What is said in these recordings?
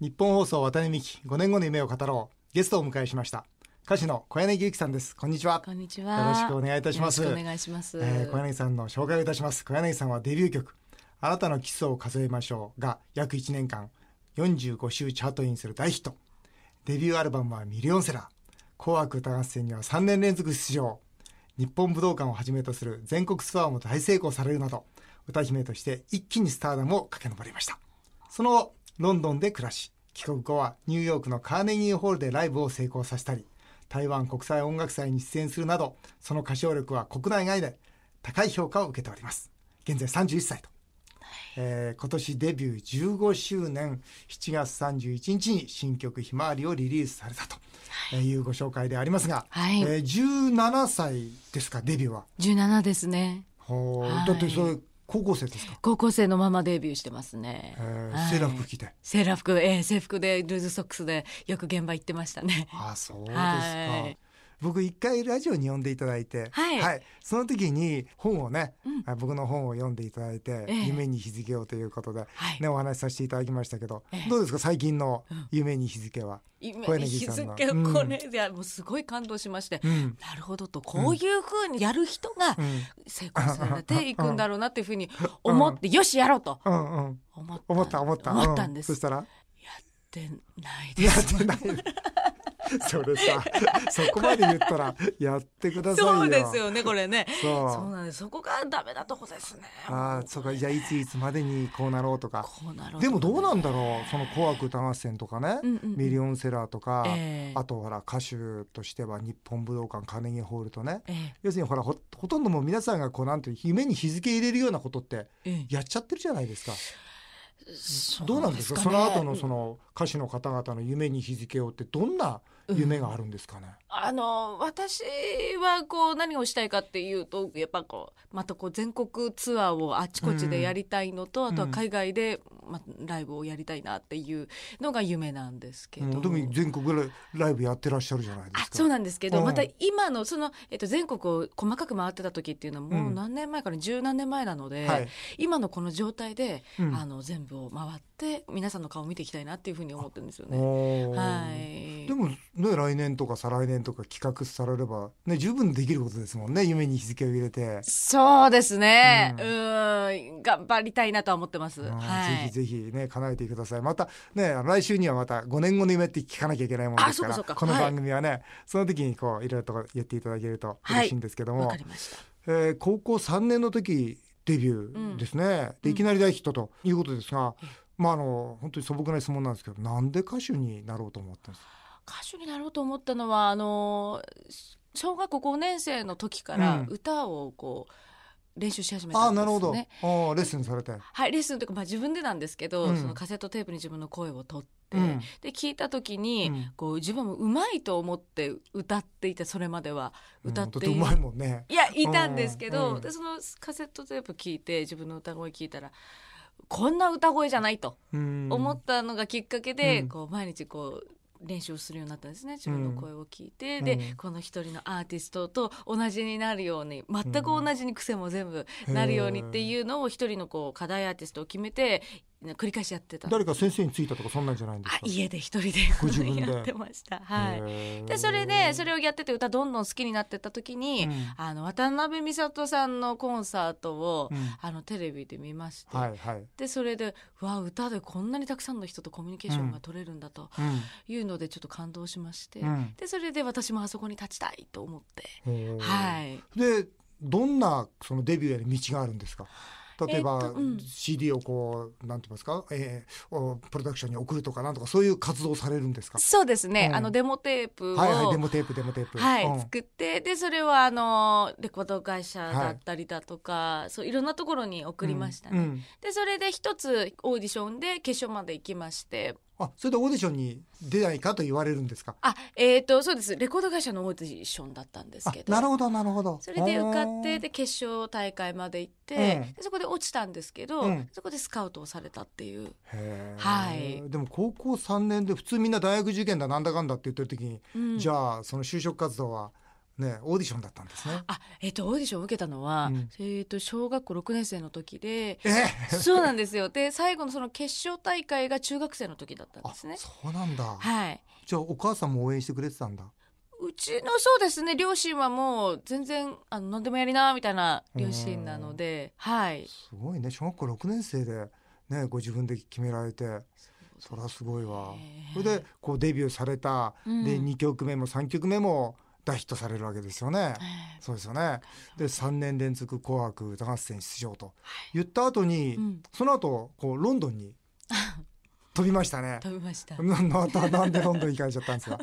日本放送渡辺美希5年後の夢を語ろうゲストをお迎えしました歌手の小柳ゆきさんですこんにちはこんにちは。よろしくお願いいたしますよろしくお願いします。えー小柳さんの紹介をいたします小柳さんはデビュー曲「あなたのキスを数えましょう」が約1年間45週チャートインする大ヒットデビューアルバムはミリオンセラー「紅白歌合戦」には3年連続出場日本武道館をはじめとする全国ツアーも大成功されるなど歌姫として一気にスターダムを駆け上りましたその後ロンドンで暮らし帰国後はニューヨークのカーネギーホールでライブを成功させたり台湾国際音楽祭に出演するなどその歌唱力は国内外で高い評価を受けております現在31歳と、えー今年デビュー15周年7月31日に新曲「ひまわり」をリリースされたとえーいうご紹介でありますが、はいえー17歳ですかデビューは17ですね。ほうはいだってそれ高校生ですか、高校生のままデビューしてますね。えーはいセーラー服着てセーラー服、えー制服でルーズソックスでよく現場行ってましたね。あそうですか、はい僕一回ラジオに呼んでいただいて、はいその時に本をね、うんあ僕の本を読んでいただいて「ええ夢に日付を」ということで、はいね、お話しさせていただきましたけど、ええどうですか最近のうん「夢に日付は」今小柳日さんの付をうんこれ、いやもうすごい感動しまして、うんなるほどとこういうふうにやる人がうん成功されていくんだろうなっていうふうに思って、よしやろうとうんうん思った思った思った思ったんです、うそしたらってないでやすって ない。それさ、そこまで言ったらやってくださいよ。そうです。よねこれねそう。そうなんですそこがダメなとこですねああ、そうか。じゃあいついつまでにこうなろうとか。こうなるでもどうなんだろう。その紅白歌合戦とかね、うんうんミリオンセラーとか、ええあとほら歌手としては日本武道館カーネギーホールとね。ええ要するにほらほほとんどもう皆さんがこうなんていう夢に日付入れるようなことってえやっちゃってるじゃないですか。えどうなんですか。そねの後のその歌手の方々の夢に日付をってどんな夢があるんですかね。あの私はこう何をしたいかっていうとやっぱこうまたこう全国ツアーをあちこちでやりたいのと、んあとは海外で、ま、ライブをやりたいなっていうのが夢なんですけど、うん、でも全国ライライブやってらっしゃるじゃないですあか。そうなんですけど、うんまた今のその、えっと、全国を細かく回ってた時っていうのはもううん何年前から十何年前なので、はい今のこの状態で、うんあの全部を回って皆さんの顔を見ていきたいなっていうふうに思ってるんですよね。おーはいでもね来年とか再来年とか企画されればね十分できることですもんね夢に日付を入れて、そうですね。ううんん、頑張りたいなとは思ってます。うんはぜいひ。ぜひね叶えてくださいまたねあの来週にはまた5年後の夢って聞かなきゃいけないものですからあそうかそうかこのはい番組はね、その時にこういろいろと言っていただけると嬉しいんですけども、わかりました。えー高校3年の時デビューですね、でうんいきなり大ヒットということですが、まああの本当に素朴な質問なんですけどなんで歌手になろうと思ったんですか歌手になろうと思ったのは、あのー、小学校5年生の時からうん歌をこう、練習し始めあたあんでなすね。るほど、ああレッスンされて、はい、レッスンというか、まあ自分でなんですけど、うんそのカセットテープに自分の声を取って、うんで、聞いた時に、うんこう、自分もうまいと思って歌っていた、それまでは。歌っていうんるだってうまいもんねいやいたんですけど、うんでそのカセットテープ聞いて自分の歌声聞いたらこんな歌声じゃないと思思ったのがきっかけで、うんこう毎日こう練習をするようになったんですね自分の声を聞いて、うんでうんこの一人のアーティストと同じになるように全く同じに癖も全部なるようにってういうのを一人のこう課題アーティストを決めて繰り返しやってたん誰か先生についたとかそんなんじゃないんですあか家で一人ご自分でで やってました。はいいでそれでそれをやってて歌どんどん好きになってった時に、うんあの渡辺美里さんのコンサートを、うんあのテレビで見まして、はいはいでそれでうわ歌でこんなにたくさんの人とコミュニケーションが取れるんだというのでちょっと感動しまして、うんでそれで私もあそこに立ちたいと思って、うんはいでどんなそのデビューへの道があるんですか例えば、えっとうん CD をこうなんて言いますか、えーおプロダクションに送るとかなんとかそういう活動をされるんですかそうですね、うんあのデモテープを、はいはいデモテープデモテープはい、うん作ってでそれはあのレコード会社だったりだとか、そういろんなところに送りましたね。うんうんでそれで一つオーディションで決勝まで行きましてあそれでオーディションに出ないかと言われるんですかあえっ、とそうですレコード会社のオーディションだったんですあけどなるほどなるほどそれで受かってうんで決勝大会まで行って、うんでそこで落ちたんですけど、うんそこでスカウトをされたっていうへーはいでも高校3年で普通みんな大学受験だなんだかんだって言ってる時に、うんじゃあその就職活動はね、オーディションだったんですね。あ、えっと、オーディションを受けたのは、うんえっと、小学校6年生の時 で、えそうなんですよ。で、最後のその決勝大会が中学生の時だったんあですね。そうなんだ。はい。じゃあお母さんも応援してくれてたんだ。うちの、そうですね、両親はもう全然、あの、何でもやりな、みたいな両親なので、はい。すごいね小学校6年生で、ね、ご自分で決められてそりゃすごいわ。それでこうデビューされた、うんで2曲目も3曲目も大ヒットされるわけですよね。そうですよね。で3年連続「紅白歌合戦」出場と言った後に、うんその後こうロンド ンに飛びましたね。飛びました。ななななんでロンドン行かれちゃったんですか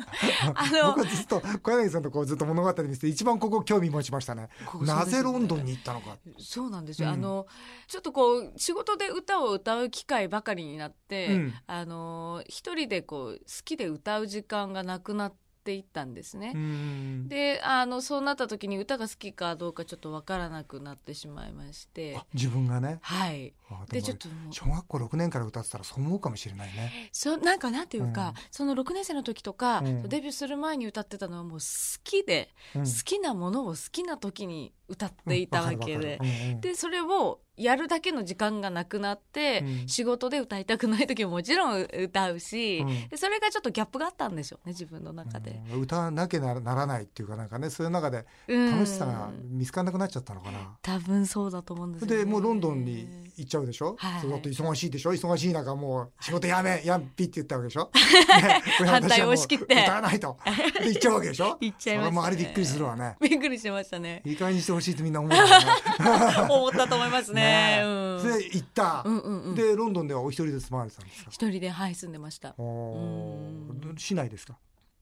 の僕はずっと小柳さんとこうずっと物語見せて一番ここ興味持ちましたねここなぜそうですよロねンドンに行ったのかそうなんですよ、うんあのちょっとこう仕事で歌を歌う機会ばかりになって、うんあの一人でこう好きで歌う時間がなくなっていったんですね。うんであのそうなった時に歌が好きかどうかちょっとわからなくなってしまいましてあ自分がねはいあででもちょっともう小学校6年から歌ってたらそう思うかもしれないねそなんかなんていうか、うんその6年生の時とか、うんデビューする前に歌ってたのはもう好きで、うん好きなものを好きな時に歌っていたわうんけで、わかるわかるうんうんでそれをやるだけの時間がなくなって、うん仕事で歌いたくない時ももちろん歌うし、うんでそれがちょっとギャップがあったんでしょうね自分の中で、うん歌わなきゃなならないっていうかなんかねそういう中でうん楽しさが見つからなくなっちゃったのかな、多分そうだと思うんですよねでもうロンドンに行っちゃうでしょ、はいそうだって忙しいでしょ忙しい中もう仕事やめやんぴって言ったわけで しょ、ね反対を押し切って私はもう歌わないとで行っちゃうわけでし ょ行っちゃいそましたねれもあれびっくりするわねびっくりしましたねいい感じにしてほしいってみんな思うからね思ったと思いますね ねえうん、それで行った、うんうんうんでロンドンではお一人で住まわれてたんですか一人ではい住んでましたおー市内ですか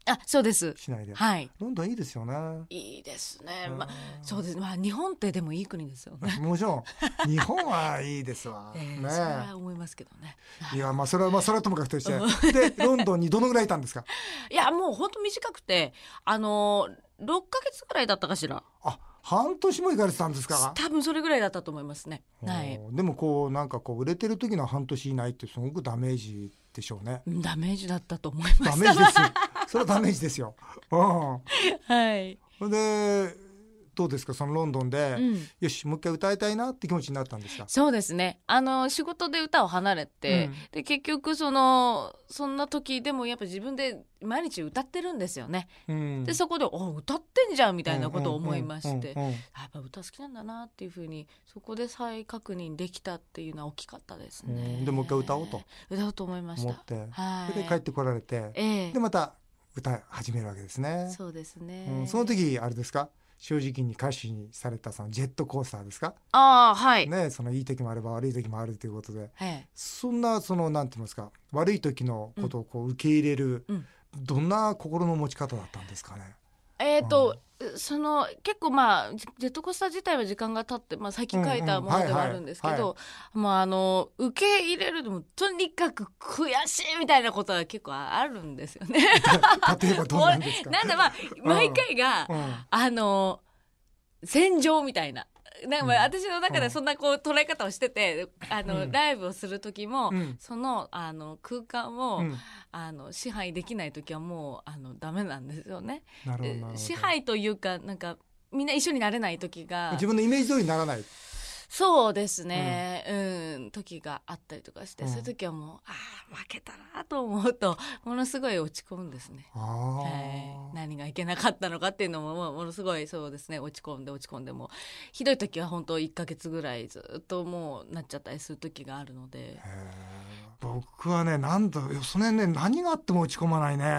あそうです市内で、はいロンドンいいですよねいいですね、まあうんそうですまあ日本ってでもいい国ですよねもち ろん日本はいいですわ、えーねそれは思いますけどねいやまあそれはまあそれはともかくとして でロンドンにどのぐらいいたんですかいやもう本当短くてあのー、6ヶ月ぐらいだったかしらあ半年も行かれてたんですか多分それぐらいだったと思いますねはいおーでもこうなんかこう売れてる時の半年以内ってすごくダメージでしょうねダメージだったと思いまダすメージですよそれはダメージですよう はい、んでどうですかそのロンドンで、うん、よしもう一回歌いたいなって気持ちになったんですかそうですねあの仕事で歌を離れて、うんで結局そのそんな時でもやっぱ自分で毎日歌ってるんですよね、うんでそこで「お歌ってんじゃん」みみたいなことを思いましてうんうんうんやっぱ歌好きなんだなっていうふうにそこで再確認できたっていうのは大きかったですうねんでもう一回歌おうと歌おうと思いまし思たってはそいれで帰ってこられて、ええでまた歌い始めるわけですね。そうですね、うん、その時あれですか正直に歌手にされたそのジェットコースターですか、ああはい、ねそのいい時もあれば悪い時もあるということではいそんなそのなんて言いますか悪い時のことをこう受け入れる、うんどんな心の持ち方だったんですかね。 えっ、と、その結構まあジジェットコースター自体は時間が経って、まあ、最近書いたものうんうんではいははいあるんですけど、はまああの受け入れるでもとにかく悔しいみたいなことは結構あるんです よね。例えばどうなんですか。 なんだまあ毎回が、うんあの戦場みたいな。なんかまあ私の中ではそんなこう捉え方をしてて、あの、うんライブをする時も、うんそのあの空間を、うんあの支配できない時はもうあのダメなんですよね。なるほどなるほど支配というかなんかみんな一緒になれない時が自分のイメージ通りにならない。そうですね、うん、時があったりとかして、うんそういう時はもうああ負けたなと思うとものすごい落ち込むんですね。あはーい、何がいけなかったのかっていうのももうものすごいそうですね落ち込んで落ち込んでもうひどい時は本当1ヶ月ぐらいずっともうなっちゃったりする時があるのでへー僕はねなんだその辺ね何があっても落ち込まないね。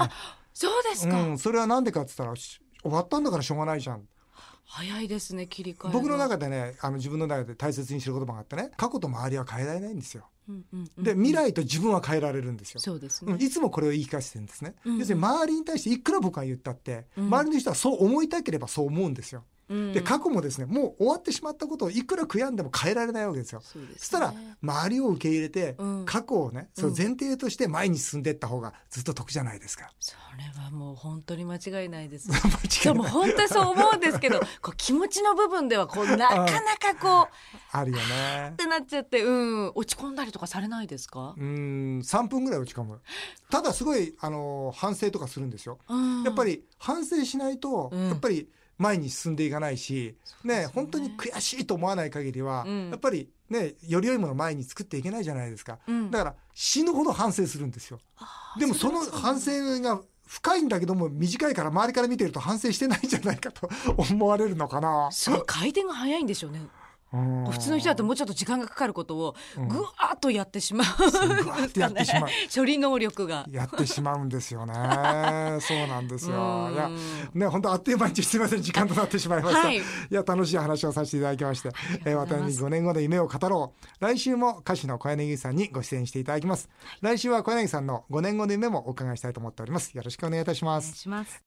そうですか、うん、それはなんでかって言ったらし終わったんだからしょうがないじゃん早いですね切り替えが僕の中でねあの自分の中で大切にしてる言葉があってね過去と周りは変えられないんですようんうんうんで未来と自分は変えられるんですよ、そうですうねん、いつもこれを言い聞かせてるんですね、うん要するに周りに対していくら僕が言ったって、うん周りの人はそう思いたければそう思うんですようんで過去もですねもう終わってしまったことをいくら悔やんでも変えられないわけですよそうですねそしたら周りを受け入れて、うん過去をねそううん前提として前に進んでいった方がずっと得じゃないですかそれはもう本当に間違いない です。間 で違いもない本当にそう思うんですけど、こう気持ちの部分ではこうなかなかこうあるよねってなっちゃって、うん落ち込んだりとかされないですかう？ーん3分ぐらい落ち込むただすごいあのー反省とかするんですようんやっぱり反省しないと、うんやっぱり前に進んでいかないし、そうですねね本当に悔しいと思わない限りは、うんやっぱりねより良いものを前に作っていけないじゃないですかうんだから死ぬほど反省するんですよでもその反省が深いんだけども短いから周りから見てると反省してないんじゃないかと思われるのかなすごい回転が早いんでしょうねうん普通の人だともうちょっと時間がかかることをうんぐわーっとやってしまう、そうぐわーってやって しまう処理能力が。やってしまうんです よねそうなんですよいやね本当あっという間にすみません時間となってしまいました、はいいや楽しい話をさせていただきましてがえーとうござ渡います辺美5年後の夢を語ろう来週も歌手の小柳さんにご出演していただきます来週は小柳さんの5年後の夢もお伺いしたいと思っておりますよろしくお願いいたしまお願すいします